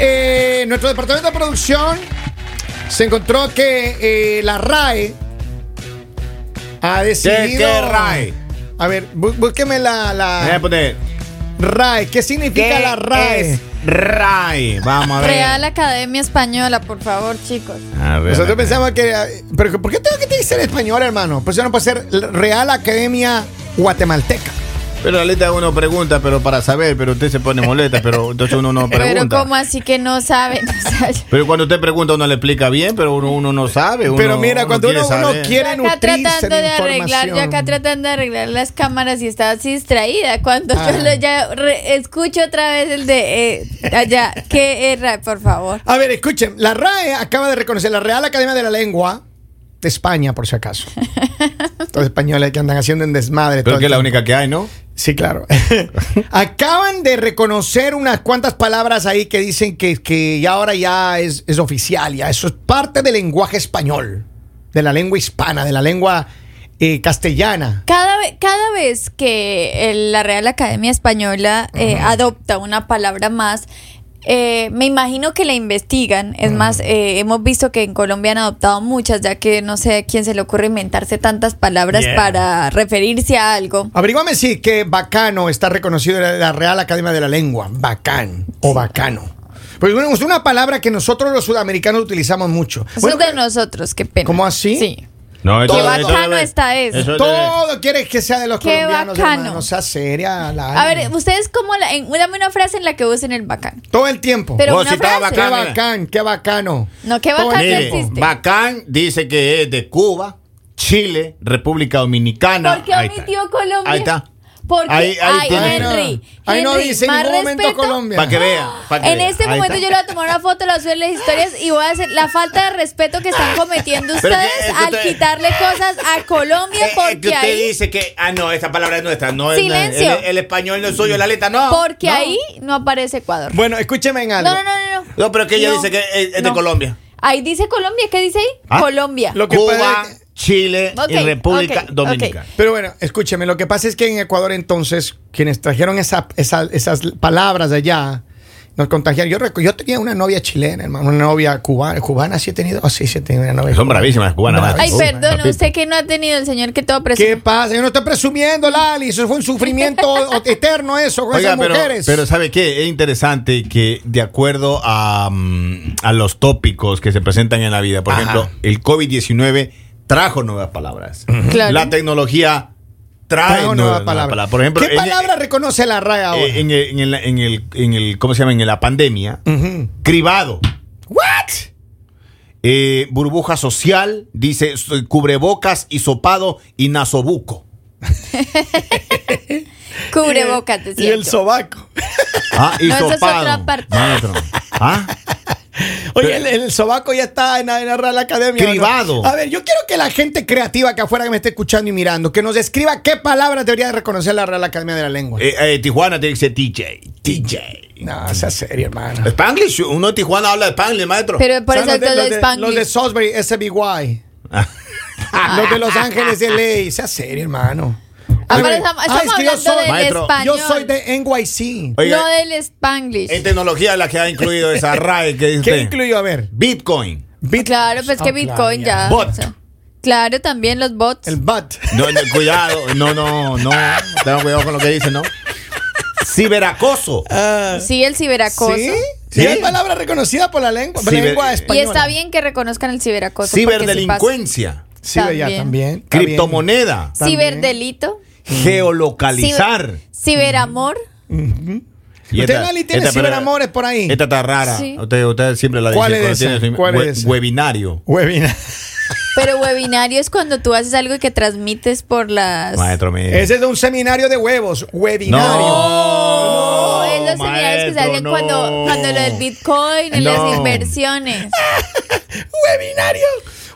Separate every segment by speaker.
Speaker 1: eh, nuestro departamento de producción se encontró que eh, la RAE ha decidido.
Speaker 2: ¿Qué, qué RAE?
Speaker 1: A ver, bú- búsqueme la, la
Speaker 2: Déjame poner.
Speaker 1: RAE. ¿Qué significa
Speaker 2: pues, ¿Qué
Speaker 1: la RAE?
Speaker 2: es RAE. Vamos a ver.
Speaker 3: Real Academia Española, por favor, chicos.
Speaker 2: A ver,
Speaker 1: Nosotros
Speaker 2: a ver.
Speaker 1: pensamos que. eh, ¿Pero por qué tengo que decir en español, hermano? Pues yo no puedo ser Real Academia Guatemalteca.
Speaker 2: Pero Alita uno pregunta, pero para saber, pero usted se pone molesta, pero entonces uno no pregunta.
Speaker 3: Pero ¿cómo así que no saben? O sea, yo-
Speaker 2: Pero cuando usted pregunta, uno le explica bien, pero uno, uno no sabe. uno-
Speaker 1: Pero mira, cuando uno, uno
Speaker 2: saber.
Speaker 3: yo
Speaker 1: quiere
Speaker 3: acá
Speaker 1: nutrirse
Speaker 3: tratando
Speaker 1: de
Speaker 3: de arreglar, yo acá
Speaker 1: información.
Speaker 3: tratando de arreglar las cámaras y estaba así distraída. Cuando
Speaker 1: Ah.
Speaker 3: yo lo ya re- escucho otra vez el de eh, allá, que era, por favor.
Speaker 1: A ver, escuchen, la RAE acaba de reconocer la Real Academia de la Lengua de España, por si acaso. Los españoles que andan haciendo en desmadre. todo
Speaker 2: Pero
Speaker 1: el
Speaker 2: que es la
Speaker 1: tiempo.
Speaker 2: única que hay, ¿no?
Speaker 1: Sí, claro. Acaban de reconocer unas cuantas palabras ahí que dicen que, que ya ahora ya es, es oficial, ya eso es parte del lenguaje español, de la lengua hispana, de la lengua eh, castellana.
Speaker 3: Cada, ve- cada vez que el- la Real Academia Española eh, adopta una palabra más, eh, me imagino que la investigan. Es más, eh, hemos visto que en Colombia han adoptado muchas, ya que no sé a quién se le ocurre inventarse tantas palabras
Speaker 2: Yeah.
Speaker 3: para referirse a algo.
Speaker 1: Averígame si que bacano está reconocido en la Real Academia de la Lengua. Bacán o bacano. Porque bueno, es una palabra que nosotros los sudamericanos utilizamos mucho.
Speaker 3: Eso
Speaker 1: Bueno,
Speaker 3: es de nosotros, qué pena.
Speaker 1: ¿Cómo así?
Speaker 3: Sí.
Speaker 2: No,
Speaker 1: Qué
Speaker 3: bacano está eso.
Speaker 1: todo quieres que sea de los
Speaker 3: Qué
Speaker 1: colombianos,
Speaker 3: bacano.
Speaker 1: hermano. Sea seria, la-
Speaker 3: A ver, ustedes cómo la, en- dame una frase en la que usen el bacán.
Speaker 1: Todo el tiempo.
Speaker 3: Pero
Speaker 2: Vos
Speaker 3: una
Speaker 2: sí estaba
Speaker 3: frase.
Speaker 1: Qué
Speaker 2: bacán, mira.
Speaker 1: bacán, qué bacano.
Speaker 3: No, qué
Speaker 1: Todo el
Speaker 3: bacán no
Speaker 1: tiempo.
Speaker 3: existe.
Speaker 2: Bacán dice que es de Cuba, Chile, República Dominicana.
Speaker 3: ¿Por qué
Speaker 2: Ahí está.
Speaker 3: omitió Colombia?
Speaker 2: Ahí está.
Speaker 3: Porque
Speaker 2: Ahí- ahí
Speaker 3: ay,
Speaker 2: tiene-
Speaker 3: Henry,
Speaker 1: Ahí no
Speaker 3: Henry,
Speaker 1: dice en
Speaker 3: más
Speaker 1: ningún momento
Speaker 3: respeto.
Speaker 1: Colombia.
Speaker 2: Para que vea. pa' que
Speaker 3: En
Speaker 2: vea.
Speaker 3: este
Speaker 2: Ahí
Speaker 3: momento
Speaker 2: está.
Speaker 3: yo le voy a tomar una foto, la voy a subir en las historias y voy a hacer la falta de respeto que están cometiendo
Speaker 2: Ah. Pero que
Speaker 3: ustedes
Speaker 2: esto
Speaker 3: al
Speaker 2: te-
Speaker 3: quitarle cosas a Colombia
Speaker 2: Eh, eh, que
Speaker 3: porque
Speaker 2: usted
Speaker 3: ahí
Speaker 2: dice que, ah, no, esta palabra es nuestra, no es-
Speaker 3: Silencio.
Speaker 2: el, el español no es suyo, la letra no.
Speaker 3: porque
Speaker 2: no.
Speaker 3: ahí no aparece Ecuador.
Speaker 1: Bueno, escúcheme en
Speaker 3: No,
Speaker 1: algo.
Speaker 3: no, no, no. No,
Speaker 2: No, pero que ella
Speaker 3: No,
Speaker 2: dice que es, es de
Speaker 3: no.
Speaker 2: Colombia.
Speaker 3: Ahí dice Colombia, ¿qué dice ahí?
Speaker 2: ¿Ah?
Speaker 3: Colombia.
Speaker 1: Lo que
Speaker 2: Cuba,
Speaker 1: puede-
Speaker 2: Chile
Speaker 3: Ok,
Speaker 2: y República
Speaker 3: ok, ok.
Speaker 2: Dominicana.
Speaker 1: Pero bueno, escúcheme, lo que pasa es que en Ecuador entonces, quienes trajeron esa- esa- esas palabras de allá, nos contagiaron. Yo, recu- yo tenía una novia chilena, hermano, una novia cubana. ¿Cubana sí he tenido? Oh, sí, sí he tenido una novia.
Speaker 2: Son
Speaker 1: cubana.
Speaker 2: bravísimas cubanas.
Speaker 3: Ay,
Speaker 2: Uy,
Speaker 3: perdón,
Speaker 2: papito.
Speaker 3: usted que no ha tenido el señor que todo
Speaker 1: ¿Qué
Speaker 3: presume.
Speaker 1: pasa? Yo no estoy presumiendo, Lali. Eso fue un sufrimiento o- eterno eso con
Speaker 2: Oiga,
Speaker 1: esas
Speaker 2: pero,
Speaker 1: mujeres.
Speaker 2: pero ¿sabe qué? Es interesante que de acuerdo a, mm, a los tópicos que se presentan en la vida, por
Speaker 1: Ajá.
Speaker 2: ejemplo, el COVID-19 trajo nuevas palabras.
Speaker 3: Claro.
Speaker 2: La tecnología trae
Speaker 1: Trajo nueva
Speaker 2: nuevas, nuevas
Speaker 1: palabra.
Speaker 2: palabras. Por ejemplo,
Speaker 1: ¿Qué
Speaker 2: en-
Speaker 1: palabra reconoce la RAE ahora?
Speaker 2: eh, en, el- en el, en el- en el- ¿cómo se llama? En la pandemia,
Speaker 3: Mm.
Speaker 2: cribado.
Speaker 1: ¿What?
Speaker 2: Eh, burbuja social, dice s- cubrebocas, hisopado y nasobuco. eh,
Speaker 3: Cubre boca,
Speaker 1: Y
Speaker 3: te
Speaker 1: el
Speaker 3: siento.
Speaker 1: sobaco.
Speaker 2: Ah,
Speaker 3: No, esa es
Speaker 2: hisopado.
Speaker 3: otra parte.
Speaker 2: Maestro. Ah,
Speaker 1: Oye, el, el sobaco ya está en la, en la Real Academia. ¿no?
Speaker 2: Cribado.
Speaker 1: A ver, yo quiero que la gente creativa que afuera que me esté escuchando y mirando, que nos escriba qué palabras debería de reconocer la Real Academia de la Lengua.
Speaker 2: eh, eh, Tijuana te dice DJ. DJ.
Speaker 1: no, sea serio, hermano.
Speaker 2: Spanglish, uno de Tijuana habla de Spanglish, maestro.
Speaker 3: Pero por eso
Speaker 1: ¿Saben
Speaker 3: todo
Speaker 1: los,
Speaker 3: es
Speaker 1: de, los de
Speaker 3: Spanglish.
Speaker 1: Salisbury, SBY. los de Los Ángeles, LA. Sea serio, hermano.
Speaker 3: Ah,
Speaker 1: A
Speaker 3: pero
Speaker 1: ver,
Speaker 3: estamos-
Speaker 1: ah,
Speaker 3: estamos
Speaker 1: es que yo
Speaker 3: hablando
Speaker 1: soy,
Speaker 3: del
Speaker 2: Maestro,
Speaker 3: español.
Speaker 1: yo soy de NYC.
Speaker 2: Oiga,
Speaker 3: no del Spanglish.
Speaker 2: en tecnología la que ha incluido esa RAE que dice.
Speaker 1: ¿Qué
Speaker 2: usted.
Speaker 1: incluyó? A ver.
Speaker 2: Bitcoin.
Speaker 1: Bit-
Speaker 3: Claro, pues que
Speaker 1: Oh,
Speaker 3: Bitcoin
Speaker 1: claro,
Speaker 3: ya.
Speaker 2: Bot.
Speaker 3: o sea, claro, también los bots.
Speaker 1: El BAT.
Speaker 2: No, no, cuidado, no, no, no. Tengan cuidado con lo que dicen, ¿no? Ciberacoso.
Speaker 3: Ah. sí, el ciberacoso.
Speaker 1: ¿Sí?
Speaker 2: Ah. Sí.
Speaker 1: Y es palabra reconocida por la lengua, por la
Speaker 2: Ciber-
Speaker 1: lengua
Speaker 2: Y
Speaker 3: Y
Speaker 1: española.
Speaker 3: está bien que reconozcan el ciberacoso. porque sí pasa.
Speaker 2: Ciberdelincuencia.
Speaker 1: Sí, ya también.
Speaker 3: También.
Speaker 1: Está bien. Mm.
Speaker 2: criptomoneda.
Speaker 1: También.
Speaker 3: Ciberdelito.
Speaker 2: Geolocalizar.
Speaker 3: ciber- ciberamor.
Speaker 2: Y
Speaker 1: Usted,
Speaker 2: esta-
Speaker 1: Lali, tiene
Speaker 2: esta- pero-
Speaker 1: ciberamores por ahí.
Speaker 2: Esta está rara.
Speaker 3: Sí.
Speaker 2: Usted, usted siempre la dice.
Speaker 1: ¿Cuál es
Speaker 2: cuando tiene
Speaker 1: esa?
Speaker 2: su-
Speaker 1: ¿Cuál
Speaker 2: we-
Speaker 1: es esa?
Speaker 2: Webinario.
Speaker 1: Webinar.
Speaker 3: Pero webinario es cuando tú haces algo que transmites por las.
Speaker 2: Maestro mío.
Speaker 1: Ese es de un seminario de huevos. Webinario.
Speaker 2: Eh. No.
Speaker 3: No, Oh, es los seminarios que se hacen
Speaker 2: Maestro,
Speaker 3: cuando,
Speaker 2: no.
Speaker 3: cuando lo del Bitcoin, en
Speaker 2: No.
Speaker 3: las inversiones.
Speaker 1: webinario.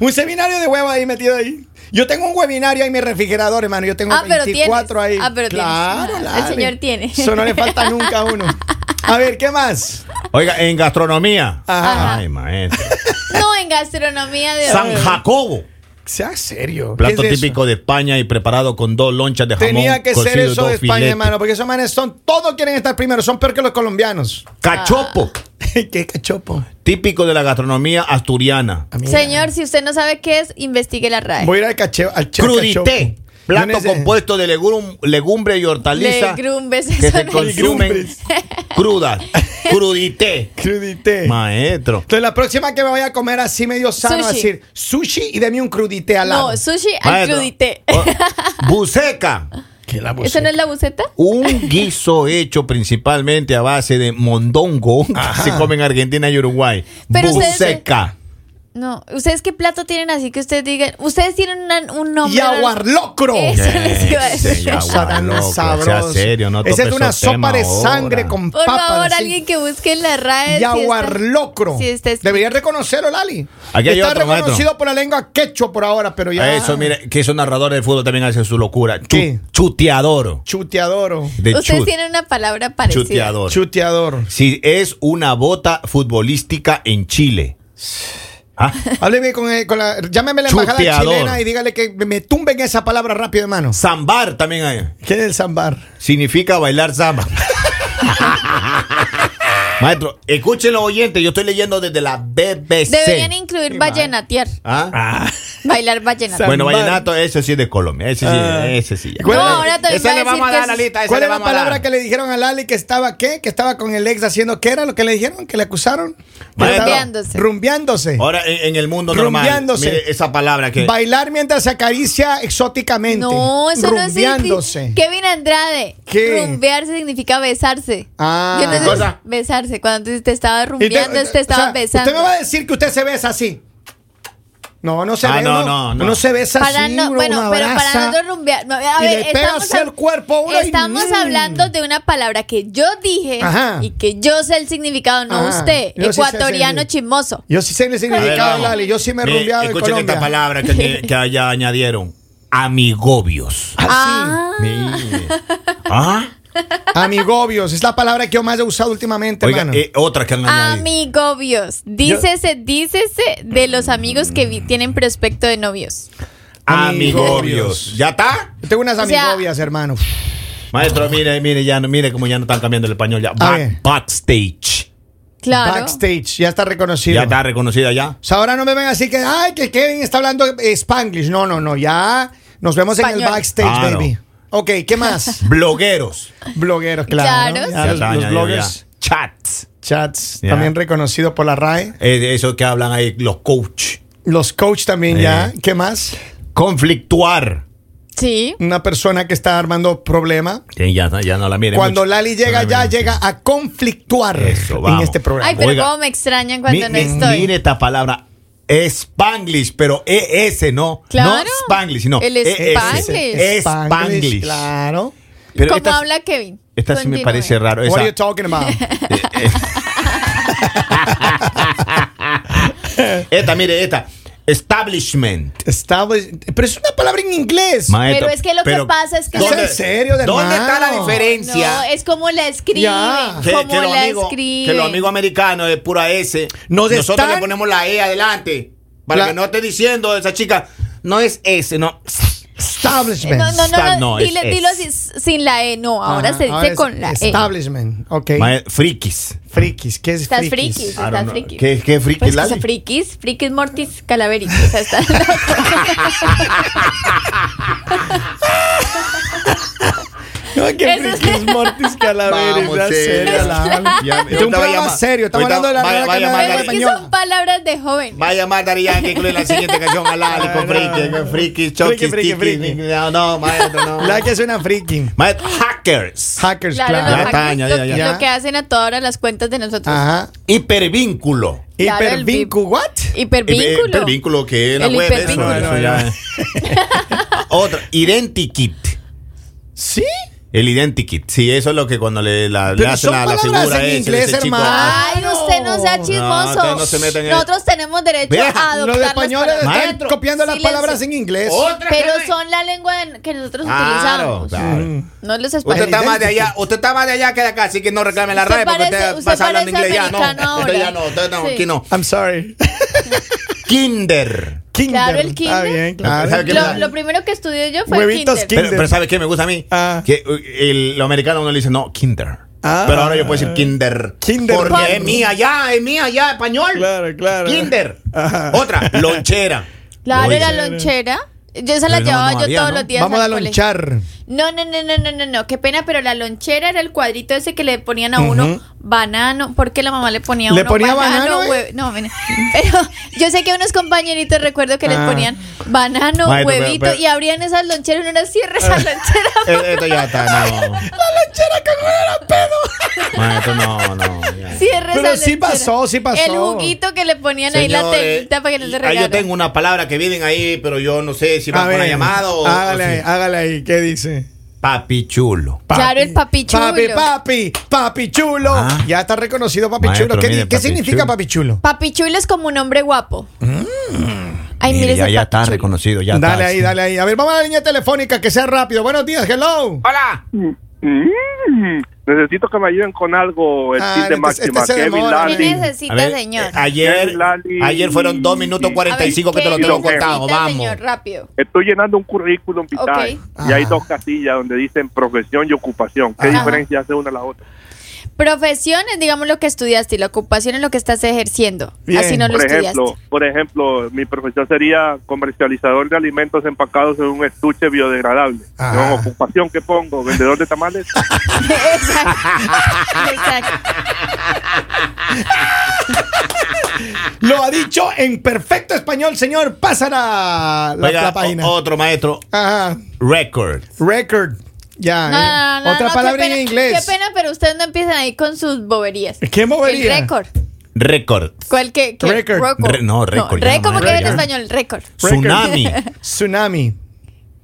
Speaker 1: Un seminario de huevo ahí metido ahí. Yo tengo un webinario ahí en mi refrigerador, hermano. Yo tengo
Speaker 3: Ah, pero
Speaker 1: 24
Speaker 3: tienes.
Speaker 1: ahí.
Speaker 3: Ah, pero tienes.
Speaker 1: claro,
Speaker 3: Ah,
Speaker 1: Lali.
Speaker 3: el señor tiene.
Speaker 1: Eso no le falta nunca a uno. A ver, ¿qué más?
Speaker 2: Oiga, en gastronomía.
Speaker 1: Ajá.
Speaker 2: Ay, maestro.
Speaker 3: No en gastronomía de
Speaker 2: San
Speaker 3: hoy.
Speaker 2: Jacobo.
Speaker 1: Sea serio. ¿Qué
Speaker 2: Plato
Speaker 1: es eso?
Speaker 2: típico de España y preparado con dos lonchas de jamón.
Speaker 1: Tenía que ser
Speaker 2: cocido y
Speaker 1: eso
Speaker 2: dos
Speaker 1: de España,
Speaker 2: filetes.
Speaker 1: hermano, porque esos manes son, todos quieren estar primero, son peor que los colombianos.
Speaker 2: Cachopo,
Speaker 1: Qué cachopo.
Speaker 2: típico de la gastronomía asturiana.
Speaker 1: Amiga.
Speaker 3: Señor, si usted no sabe qué es, investigue la RAE.
Speaker 1: Voy a ir al, cache- al chef
Speaker 2: Crudité,
Speaker 1: cachopo.
Speaker 2: plato
Speaker 1: Yo no sé-
Speaker 2: compuesto de legum- legumbre y hortaliza
Speaker 3: Legumbres,
Speaker 2: que
Speaker 3: eso
Speaker 2: se
Speaker 3: no
Speaker 2: consumen
Speaker 1: Legumbres.
Speaker 2: crudas. Crudité,
Speaker 1: Crudité.
Speaker 2: maestro.
Speaker 1: Entonces la próxima que me vaya a comer así medio sano,
Speaker 3: Sushi.
Speaker 1: decir sushi y deme un crudité al lado.
Speaker 3: No, sushi al
Speaker 2: Maestro.
Speaker 3: crudité.
Speaker 2: Oh, Buceca.
Speaker 1: Que la
Speaker 3: ¿Eso no es la buceta?
Speaker 2: Un guiso hecho principalmente a base de mondongo que se come en Argentina y Uruguay.
Speaker 3: Pero ustedes-
Speaker 2: Buceca.
Speaker 3: No. ¿Ustedes qué plato tienen así que ustedes digan? Ustedes tienen una- un nombre.
Speaker 1: Yaguarlocro.
Speaker 3: Eso les iba a decir.
Speaker 2: Ese yaguarloco,
Speaker 1: Cosa tan
Speaker 2: sea
Speaker 1: sabrosa.
Speaker 2: serio, no
Speaker 1: Esa es
Speaker 2: tope
Speaker 1: una
Speaker 2: esos
Speaker 1: sopa de
Speaker 2: temas
Speaker 1: sangre
Speaker 2: ahora.
Speaker 1: con
Speaker 3: Por
Speaker 1: papas.
Speaker 3: favor,
Speaker 1: así.
Speaker 3: alguien que busque en la RAE. si
Speaker 1: Yaguarlocro.
Speaker 3: está- si está escrito.
Speaker 1: Debería reconocerlo, Lali.
Speaker 2: Aquí hay
Speaker 1: Está
Speaker 2: otro, maestro.
Speaker 1: reconocido por la lengua quechua por ahora, pero ya.
Speaker 2: Eso, mire, que esos narradores de fútbol también hacen su locura. Chu-
Speaker 1: ¿Qué?
Speaker 2: chuteador.
Speaker 1: Chuteadoro.
Speaker 2: De
Speaker 3: Ustedes
Speaker 2: chut-
Speaker 3: tienen una palabra parecida.
Speaker 2: chuteador.
Speaker 1: Chuteador.
Speaker 2: si es una bota futbolística en Chile. Ah,
Speaker 1: Hábleme con, eh, con la. Llámeme a la embajada
Speaker 2: Chuteador.
Speaker 1: chilena y dígale que me, me tumben esa palabra rápido, hermano.
Speaker 2: Zambar también hay.
Speaker 1: ¿Qué es el zambar?
Speaker 2: Significa bailar samba. Maestro, escuchen los oyentes, yo estoy leyendo desde la BBC.
Speaker 3: Deberían incluir vallenatear.
Speaker 2: ¿Ah?
Speaker 3: Bailar vallenatear.
Speaker 2: Bueno,
Speaker 1: Zambar.
Speaker 2: vallenato, ese sí es de Colombia, ese sí,
Speaker 1: Ah.
Speaker 2: ese sí. ya.
Speaker 1: ¿Cuál
Speaker 3: no,
Speaker 1: es-
Speaker 3: ahora te
Speaker 2: Ese
Speaker 3: voy a
Speaker 2: le
Speaker 3: decir
Speaker 2: vamos a
Speaker 3: que
Speaker 2: dar
Speaker 3: es-
Speaker 2: la lista, ese
Speaker 1: ¿Cuál
Speaker 2: le
Speaker 1: es la
Speaker 2: vamos a
Speaker 1: palabra
Speaker 2: dar.
Speaker 1: que le dijeron a Lali que estaba qué? Que estaba con el ex haciendo qué era lo que le dijeron, que le acusaron. Que
Speaker 2: Maestro.
Speaker 1: estaba
Speaker 3: Rumbeándose.
Speaker 1: Rumbeándose.
Speaker 2: Ahora en, en el mundo normal,
Speaker 1: Rumbeándose.
Speaker 2: mire esa palabra que
Speaker 1: Bailar mientras se acaricia exóticamente.
Speaker 3: No, eso no
Speaker 1: rumbeándose.
Speaker 3: significa. Kevin Andrade.
Speaker 1: ¿Qué?
Speaker 3: Rumbearse significa besarse.
Speaker 1: Ah.
Speaker 3: Yo no
Speaker 1: ¿Qué
Speaker 3: sé-
Speaker 2: cosa?
Speaker 3: Besarse. Cuando tú te estabas
Speaker 1: Y te-
Speaker 3: rumbeando, te,
Speaker 1: o
Speaker 3: estabas
Speaker 1: sea,
Speaker 3: besando.
Speaker 1: Usted me va a decir que usted se besa así. No, no se
Speaker 2: Ah,
Speaker 1: besa.
Speaker 2: no,
Speaker 1: No,
Speaker 2: no, no.
Speaker 1: Uno se besa
Speaker 3: para
Speaker 1: así.
Speaker 3: no,
Speaker 1: uno
Speaker 3: bueno,
Speaker 1: una
Speaker 3: pero para
Speaker 1: abraza.
Speaker 3: nosotros rumbear. no, a
Speaker 1: Y
Speaker 3: ver,
Speaker 1: le pega
Speaker 3: estamos,
Speaker 1: hacia el cuerpo a uno y-
Speaker 3: estamos
Speaker 1: mm.
Speaker 3: hablando de una palabra que yo dije
Speaker 1: Ajá.
Speaker 3: y que yo sé el significado, no
Speaker 1: Ajá.
Speaker 3: usted.
Speaker 1: Yo sí sé el
Speaker 3: ecuatoriano
Speaker 1: significado.
Speaker 3: chismoso.
Speaker 1: Yo sí sé el
Speaker 2: A ver,
Speaker 1: significado,
Speaker 2: vamos.
Speaker 1: Lali. Yo sí me he
Speaker 2: Mire,
Speaker 1: rumbeado en
Speaker 2: Escuchen
Speaker 1: Colombia.
Speaker 2: esta palabra que, que, que allá añadieron, amigobios.
Speaker 1: Así.
Speaker 2: Mire. ¿Ah?
Speaker 1: Amigobios. Es la palabra que yo más he usado últimamente,
Speaker 2: Oiga,
Speaker 1: hermano.
Speaker 2: eh, otra que han añadido.
Speaker 3: Amigobios. Dícese, dícese de los amigos que vi- tienen prospecto de novios.
Speaker 2: Amigobios. ¿Ya está?
Speaker 1: Yo Tengo unas
Speaker 3: O sea-
Speaker 1: amigobias, hermano.
Speaker 2: Maestro, mire, mire, ya no, mire cómo ya no están cambiando el español
Speaker 1: Ah,
Speaker 2: ya. Back-
Speaker 1: ver.
Speaker 2: backstage.
Speaker 3: Claro.
Speaker 1: Backstage, ya está reconocido.
Speaker 2: Ya está reconocida ya.
Speaker 1: O sea, ahora no me ven así que, ay, que Kevin está hablando eh, Spanglish. No, no, no, ya nos vemos en el
Speaker 3: Español.
Speaker 1: backstage,
Speaker 2: Claro.
Speaker 1: baby. Ok, ¿qué más?
Speaker 2: Blogueros.
Speaker 1: blogueros, claro.
Speaker 3: Claro,
Speaker 1: Ya
Speaker 3: sí.
Speaker 2: Ya
Speaker 1: Ah, los-
Speaker 2: está
Speaker 1: los,
Speaker 2: añadido
Speaker 1: bloggers,
Speaker 2: ya. Chats.
Speaker 1: chats,
Speaker 2: Ya.
Speaker 1: también reconocido por la RAE.
Speaker 2: Eh, de eso que hablan ahí los coach.
Speaker 1: Los coach también
Speaker 2: Eh.
Speaker 1: ya. ¿Qué más?
Speaker 2: Conflictuar.
Speaker 3: Sí.
Speaker 1: Una persona que está armando problema.
Speaker 2: Sí, ya, ya no la miren.
Speaker 1: Cuando
Speaker 2: mucho.
Speaker 1: Lali llega
Speaker 2: No la
Speaker 1: ya,
Speaker 2: miren.
Speaker 1: llega a conflictuar
Speaker 2: Eso,
Speaker 1: en
Speaker 2: vamos.
Speaker 1: este programa.
Speaker 3: Ay, pero
Speaker 2: Oiga.
Speaker 3: cómo me extrañan cuando
Speaker 2: Mi-
Speaker 3: no
Speaker 2: mi-
Speaker 3: estoy.
Speaker 2: Mire esta palabra. Spanglish, pero ES, no.
Speaker 3: Claro.
Speaker 2: No Spanglish, no. E
Speaker 3: El
Speaker 2: ES.
Speaker 3: Spanglish.
Speaker 2: Spanglish.
Speaker 1: Claro.
Speaker 2: Pero
Speaker 3: ¿Cómo
Speaker 2: esta,
Speaker 3: habla Kevin?
Speaker 2: esta sí me
Speaker 3: Continúe.
Speaker 2: parece raro.
Speaker 1: What
Speaker 2: esa-
Speaker 1: are you talking about?
Speaker 2: esta, mire, esta. Establishment.
Speaker 1: Establish- Pero es una palabra en inglés.
Speaker 2: Maestro,
Speaker 3: Pero es que lo que pasa es que-
Speaker 1: ¿Es en serio, hermano?
Speaker 2: ¿Dónde está la diferencia?
Speaker 3: No, es como la escriben.
Speaker 1: Ya.
Speaker 2: que,
Speaker 3: Como
Speaker 2: que los
Speaker 3: la
Speaker 2: amigos,
Speaker 3: escriben.
Speaker 2: que los amigos americanos de pura S.
Speaker 1: Nos
Speaker 2: nosotros
Speaker 1: están-
Speaker 2: le ponemos la E adelante. Para
Speaker 1: La-
Speaker 2: que no esté diciendo esa chica, no es S, no.
Speaker 1: Establishment.
Speaker 3: Eh, No, no, no,
Speaker 2: Está-
Speaker 3: no,
Speaker 2: Ah, no, es-
Speaker 3: dile-
Speaker 2: es. Ah,
Speaker 3: dilo así, s- sin la E, no, ahora
Speaker 1: Ajá,
Speaker 3: se dice
Speaker 1: es
Speaker 3: con la E.
Speaker 1: Establishment, ok.
Speaker 2: Ma- Frikis.
Speaker 1: Frikis, ¿qué es
Speaker 3: Estás
Speaker 1: frikis?
Speaker 3: frikis,
Speaker 2: I don't
Speaker 3: estás
Speaker 2: know.
Speaker 3: frikis.
Speaker 2: ¿Qué, qué frikis,
Speaker 3: Pues que
Speaker 2: Lali?
Speaker 3: son frikis, frikis mortis calavericos, o sea, están locos.
Speaker 1: No, que
Speaker 3: Eso es-
Speaker 1: frikis mortis
Speaker 2: Vamos,
Speaker 1: calaveras,
Speaker 2: sí,
Speaker 1: serio,
Speaker 2: ya.
Speaker 1: la
Speaker 2: Ya,
Speaker 1: Este es un
Speaker 2: ahorita va a
Speaker 1: programa
Speaker 2: llamar-
Speaker 1: serio, estamos
Speaker 2: ahorita
Speaker 1: hablando de la
Speaker 2: va-
Speaker 1: Real
Speaker 2: va a
Speaker 1: Academia
Speaker 2: llamar
Speaker 3: Pero es que
Speaker 1: Española.
Speaker 3: son palabras de joven.
Speaker 2: Va a llamar Darían que incluye la siguiente canción a Lali con
Speaker 1: Ay, no.
Speaker 2: frikis, frikis,
Speaker 1: Friki,
Speaker 2: choquis,
Speaker 1: friki,
Speaker 2: tiquis,
Speaker 1: friki.
Speaker 2: No, no, maestro, no.
Speaker 1: La que es una friki.
Speaker 2: Maestro, hackers.
Speaker 1: Hackers,
Speaker 3: Claro,
Speaker 1: claro.
Speaker 3: los
Speaker 2: Ya está,
Speaker 3: hackers,
Speaker 2: ya,
Speaker 3: lo,
Speaker 2: ya,
Speaker 1: ya.
Speaker 3: lo que hacen a toda hora las cuentas de nosotros.
Speaker 1: Ajá.
Speaker 2: Hipervínculo.
Speaker 3: Claro, el
Speaker 1: Hipervínculo, ¿what?
Speaker 2: Eh,
Speaker 3: Hipervínculo.
Speaker 2: Hipervínculo que es la
Speaker 3: El
Speaker 2: web. eso,
Speaker 3: hipervínculo.
Speaker 2: eso ya- Otra, identikit.
Speaker 1: Sí.
Speaker 2: El identikit. Sí, eso es lo que cuando le, la, le
Speaker 1: Pero
Speaker 2: hace
Speaker 1: son
Speaker 2: la, la
Speaker 1: palabras
Speaker 2: figura
Speaker 1: en
Speaker 2: es
Speaker 1: inglés, hermano.
Speaker 2: ah,
Speaker 3: Ay, usted no sea chismoso.
Speaker 2: ustedes no se meten en-
Speaker 3: Nosotros tenemos derecho
Speaker 2: Vea,
Speaker 3: a adoptar
Speaker 1: Los
Speaker 3: las
Speaker 1: españoles
Speaker 3: palabras.
Speaker 1: están
Speaker 2: Maestro,
Speaker 1: copiando las
Speaker 3: silencio.
Speaker 1: palabras en inglés.
Speaker 2: Oh.
Speaker 3: Pero son la lengua en- que nosotros
Speaker 2: Claro,
Speaker 3: utilizamos.
Speaker 2: claro.
Speaker 1: Mm.
Speaker 3: No los
Speaker 2: Usted
Speaker 3: españoles.
Speaker 2: está más de allá, usted está más de allá que de acá, así que no reclame la
Speaker 3: Usted
Speaker 2: radio porque
Speaker 3: parece-
Speaker 2: usted
Speaker 3: usted
Speaker 2: pasa hablando
Speaker 3: parece
Speaker 2: inglés ya no.
Speaker 3: americano
Speaker 2: Usted ya
Speaker 3: ahora.
Speaker 2: no, usted no,
Speaker 3: Sí.
Speaker 2: aquí no.
Speaker 1: I'm sorry.
Speaker 2: Kinder.
Speaker 4: kinder.
Speaker 3: Claro, el
Speaker 1: Está
Speaker 3: kinder.
Speaker 1: bien, claro.
Speaker 2: ¿Sabe qué
Speaker 3: Lo,
Speaker 2: pasa?
Speaker 3: lo primero que estudié yo fue
Speaker 4: Huevitos
Speaker 3: el kinder.
Speaker 2: Pero, pero ¿sabe qué me gusta a mí?
Speaker 4: Ah.
Speaker 2: Que uh, el, lo americano a uno le dice, no, kinder.
Speaker 4: Ah.
Speaker 2: Pero ahora yo puedo decir kinder.
Speaker 4: Kinder.
Speaker 2: Porque
Speaker 4: Por-
Speaker 2: es mía ya, es mía ya, español.
Speaker 4: Claro, claro.
Speaker 2: Kinder.
Speaker 4: Ajá.
Speaker 2: Otra, lonchera.
Speaker 3: Claro,
Speaker 2: Oye,
Speaker 3: era lonchera. Yo esa la
Speaker 2: Pero no,
Speaker 3: llevaba
Speaker 2: no
Speaker 3: yo
Speaker 2: había,
Speaker 3: todos
Speaker 2: ¿no?
Speaker 3: los días.
Speaker 1: Vamos a
Speaker 3: al colegio.
Speaker 1: lonchar.
Speaker 3: No, no, no, no, no, no, no, qué pena, pero la lonchera era el cuadrito ese que le ponían a uno
Speaker 4: Ujú.
Speaker 3: banano. ¿Por qué la mamá le ponía a
Speaker 1: ¿Le
Speaker 3: uno
Speaker 1: ponía banano, eh?
Speaker 3: hue- No, mira, pero yo sé que a unos compañeritos recuerdo que les
Speaker 4: Ah.
Speaker 3: ponían banano,
Speaker 2: Maestro, pero-
Speaker 3: huevito,
Speaker 2: pero-
Speaker 3: y abrían esas loncheras y uno era cierra esa lonchera.
Speaker 2: Eh, Esto ya está, no. La lonchera que no era pedo. No, esto no, no. ya.
Speaker 3: Cierra
Speaker 1: Pero
Speaker 3: esa
Speaker 1: sí
Speaker 3: lonchera.
Speaker 1: pasó, sí pasó.
Speaker 3: El juguito que le ponían ahí la
Speaker 2: Señores,
Speaker 3: telita para que no te
Speaker 2: ahí
Speaker 3: regalen.
Speaker 2: yo tengo una palabra que vienen ahí, pero yo no sé si va por una llamada o.
Speaker 4: hágale,
Speaker 2: o
Speaker 4: ahí,
Speaker 2: si-
Speaker 4: hágale ahí, ¿qué dice?
Speaker 2: Papi chulo.
Speaker 3: Claro, el papi chulo.
Speaker 1: Papi, papi, papi chulo.
Speaker 2: Ah.
Speaker 1: Ya está reconocido papi
Speaker 2: Maestro,
Speaker 1: chulo. ¿Qué,
Speaker 2: mire,
Speaker 1: qué
Speaker 2: papi
Speaker 1: significa
Speaker 2: chulo.
Speaker 1: papi chulo?
Speaker 3: Papi chulo es como un hombre guapo.
Speaker 1: Mm.
Speaker 3: Ay, mire,
Speaker 2: ya,
Speaker 3: ese
Speaker 2: ya
Speaker 3: papi
Speaker 2: está
Speaker 3: chulo.
Speaker 2: reconocido, ya
Speaker 1: dale
Speaker 2: está,
Speaker 1: ahí,
Speaker 2: sí.
Speaker 1: dale ahí. A ver, vamos a la línea telefónica, que sea rápido. Buenos días, hello.
Speaker 2: Hola.
Speaker 5: Mm, necesito que me ayuden con algo. El
Speaker 1: Ah,
Speaker 5: kit de
Speaker 1: este- este
Speaker 5: máxima.
Speaker 1: se
Speaker 5: Kevin
Speaker 1: demora.
Speaker 5: Lally.
Speaker 3: ¿Qué
Speaker 2: A
Speaker 3: necesita,
Speaker 2: ver,
Speaker 3: señor?
Speaker 2: eh, ayer,
Speaker 5: Ey, Lali.
Speaker 2: ayer fueron 2 minutos
Speaker 5: A ver,
Speaker 3: A ver,
Speaker 2: 45 que te lo
Speaker 3: ¿qué
Speaker 2: tengo
Speaker 5: necesita,
Speaker 2: contado.
Speaker 3: necesita,
Speaker 2: Vamos.
Speaker 3: señor? rápido.
Speaker 5: Estoy llenando un currículum vital
Speaker 1: Ok.
Speaker 5: y hay
Speaker 1: Ah.
Speaker 5: dos casillas donde dicen profesión y ocupación. ¿Qué
Speaker 1: Ajá.
Speaker 5: diferencia hace una a la otra?
Speaker 3: Profesiones, digamos lo que estudiaste y la ocupación es lo que estás ejerciendo.
Speaker 4: Bien.
Speaker 3: Así no lo
Speaker 5: por ejemplo,
Speaker 3: estudiaste.
Speaker 5: por ejemplo, mi profesión sería comercializador de alimentos empacados en un estuche biodegradable.
Speaker 1: Ah.
Speaker 5: No, ocupación que pongo, vendedor de tamales.
Speaker 3: Exacto. Exacto.
Speaker 1: Lo ha dicho en perfecto español, señor. Pásala la,
Speaker 2: Oiga,
Speaker 1: la página.
Speaker 2: o- otro maestro.
Speaker 1: Ajá.
Speaker 2: Record.
Speaker 1: Record. Ya. eh.
Speaker 3: No, no, no,
Speaker 1: Otra
Speaker 3: no,
Speaker 1: palabra
Speaker 3: qué pena,
Speaker 1: en inglés.
Speaker 3: Qué pena, pero ustedes no empiezan ahí con sus boberías.
Speaker 1: ¿Qué bobería?
Speaker 3: El récord.
Speaker 2: Record.
Speaker 3: ¿Cuál que? que-
Speaker 1: Record.
Speaker 2: Re- no, récord, ya no
Speaker 3: récord,
Speaker 2: me
Speaker 3: porque en
Speaker 2: acuerdo.
Speaker 3: español, récord.
Speaker 2: Tsunami.
Speaker 1: Tsunami.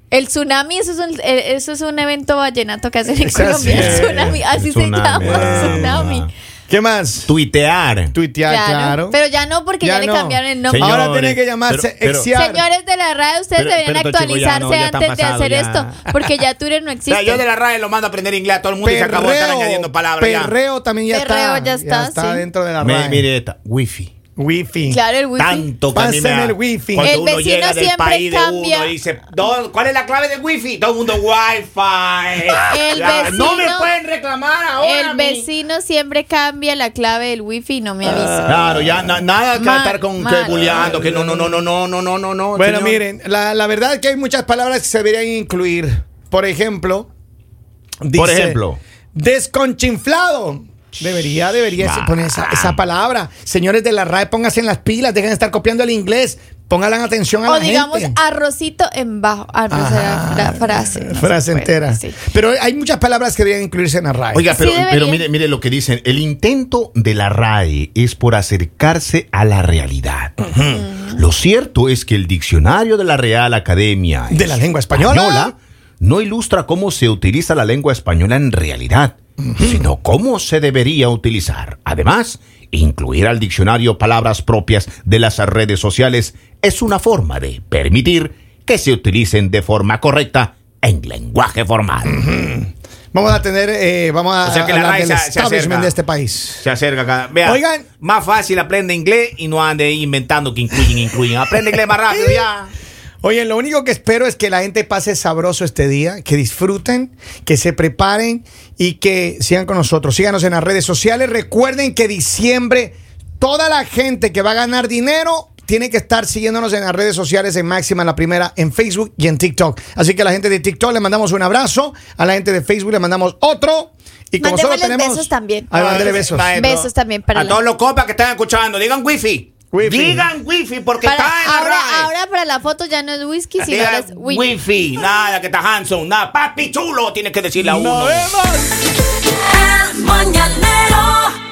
Speaker 3: El tsunami, eso es un, eh, eso es un evento vallenato que hacen en
Speaker 1: Esa sí
Speaker 3: Colombia.
Speaker 1: es.
Speaker 3: El tsunami, así
Speaker 2: Tsunami,
Speaker 3: se llama.
Speaker 2: ah, ah.
Speaker 3: tsunami.
Speaker 1: ¿Qué más?
Speaker 2: Tuitear.
Speaker 1: Tuitear,
Speaker 3: Claro,
Speaker 1: claro.
Speaker 3: Pero ya no, porque ya,
Speaker 1: Ya
Speaker 3: le
Speaker 1: no.
Speaker 3: cambiaron el nombre.
Speaker 2: Señor,
Speaker 1: Ahora tiene que llamarse
Speaker 2: pero- pero-
Speaker 1: Exiar.
Speaker 3: Señores de la radio, ustedes
Speaker 2: Pero-
Speaker 3: deberían
Speaker 2: pero estos chicos ya
Speaker 3: actualizarse
Speaker 2: no, ya están
Speaker 3: antes
Speaker 2: pasados,
Speaker 3: de hacer
Speaker 2: ya.
Speaker 3: esto, porque ya Twitter no
Speaker 2: O sea,
Speaker 3: existe.
Speaker 2: yo de la radio lo mando a aprender inglés a todo el mundo y se acabó de estar añadiendo palabras. ya.
Speaker 1: perreo también ya
Speaker 3: Perreo
Speaker 1: está.
Speaker 3: ya está, sí.
Speaker 1: dentro de la
Speaker 2: Mi-
Speaker 1: RAE.
Speaker 2: mire esta. Wifi.
Speaker 1: Wifi.
Speaker 3: Claro, el wifi.
Speaker 2: Tanto que a mí me
Speaker 1: Pásenme
Speaker 2: da.
Speaker 1: el wifi.
Speaker 2: Cuando
Speaker 3: El
Speaker 2: uno
Speaker 3: vecino
Speaker 2: llega del
Speaker 3: siempre
Speaker 2: país de
Speaker 3: cambia.
Speaker 2: uno y dice, "Don, ¿cuál es la clave del wifi? Todo el mundo wifi.
Speaker 3: El
Speaker 2: Ya, no
Speaker 3: vecino-
Speaker 2: me pueden reclamar ahora. mi-
Speaker 3: El vecino siempre cambia la clave del wifi y no me avisa.
Speaker 2: Claro, ya na- nada que
Speaker 3: Mal,
Speaker 2: estar con
Speaker 3: mal.
Speaker 2: que bulleando, que no, no, no, no, no, no, no, no, no.
Speaker 1: Bueno,
Speaker 2: señor.
Speaker 1: miren, la, la verdad es que hay muchas palabras que se deberían incluir. Por ejemplo,
Speaker 2: Por ejemplo.
Speaker 1: desconchinflado. Debería, debería
Speaker 2: Bah.
Speaker 1: poner esa, esa palabra. Señores de la RAE, pónganse en las pilas, dejen de estar copiando el inglés, pónganle atención a
Speaker 3: O
Speaker 1: la
Speaker 3: digamos
Speaker 1: gente.
Speaker 3: arrocito en bajo. Ah, no,
Speaker 1: Ajá.
Speaker 3: esa era la frase. no se
Speaker 1: frase
Speaker 3: puede,
Speaker 1: entera.
Speaker 3: sí.
Speaker 1: Pero hay muchas palabras que deberían incluirse en la RAE.
Speaker 2: Oiga,
Speaker 3: Sí
Speaker 2: pero,
Speaker 3: debería.
Speaker 2: pero mire, mire lo que dicen. El intento de la RAE es por acercarse a la realidad. Lo cierto es que el diccionario de la Real Academia
Speaker 1: De la lengua española.
Speaker 2: no ilustra cómo se utiliza la lengua española en realidad, sino cómo se debería utilizar. Además, incluir al diccionario palabras propias de las redes sociales es una forma de permitir que se utilicen de forma correcta en lenguaje formal.
Speaker 1: vamos a tener, eh, vamos a
Speaker 2: O sea que la
Speaker 1: hablar
Speaker 2: RAE
Speaker 1: del
Speaker 2: se- se
Speaker 1: establishment
Speaker 2: acerca.
Speaker 1: de este país.
Speaker 2: Se acerca acá. Vea,
Speaker 1: Oigan.
Speaker 2: más fácil aprende inglés y no ande inventando que incluyen, incluyen. Aprende inglés más rápido ya.
Speaker 1: Oye, lo único que espero es que la gente pase sabroso este día, que disfruten, que se preparen y que sigan con nosotros. Síganos en las redes sociales. Recuerden que diciembre toda la gente que va a ganar dinero tiene que estar siguiéndonos en las redes sociales en Máxima, la primera, en Facebook y en TikTok. Así que a la gente de TikTok le mandamos un abrazo, a la gente de Facebook le mandamos otro. Y como solo
Speaker 3: Mandémosles
Speaker 1: tenemos...
Speaker 3: besos también.
Speaker 1: Ay, mándele besos.
Speaker 2: Maestro,
Speaker 3: Besos también para
Speaker 2: A
Speaker 3: la-
Speaker 2: todos los copas que están escuchando, digan wifi.
Speaker 1: Wifi.
Speaker 2: Digan wifi porque
Speaker 3: Para-
Speaker 2: está en la
Speaker 3: ahora,
Speaker 2: RAE.
Speaker 3: ahora para la foto ya no es whisky, sino ahora
Speaker 2: Digan
Speaker 3: es
Speaker 2: wifi.
Speaker 3: whisky.
Speaker 2: Nada, que está Hanson. Nada, papi chulo, tienes que decirle a uno.
Speaker 6: El Mañanero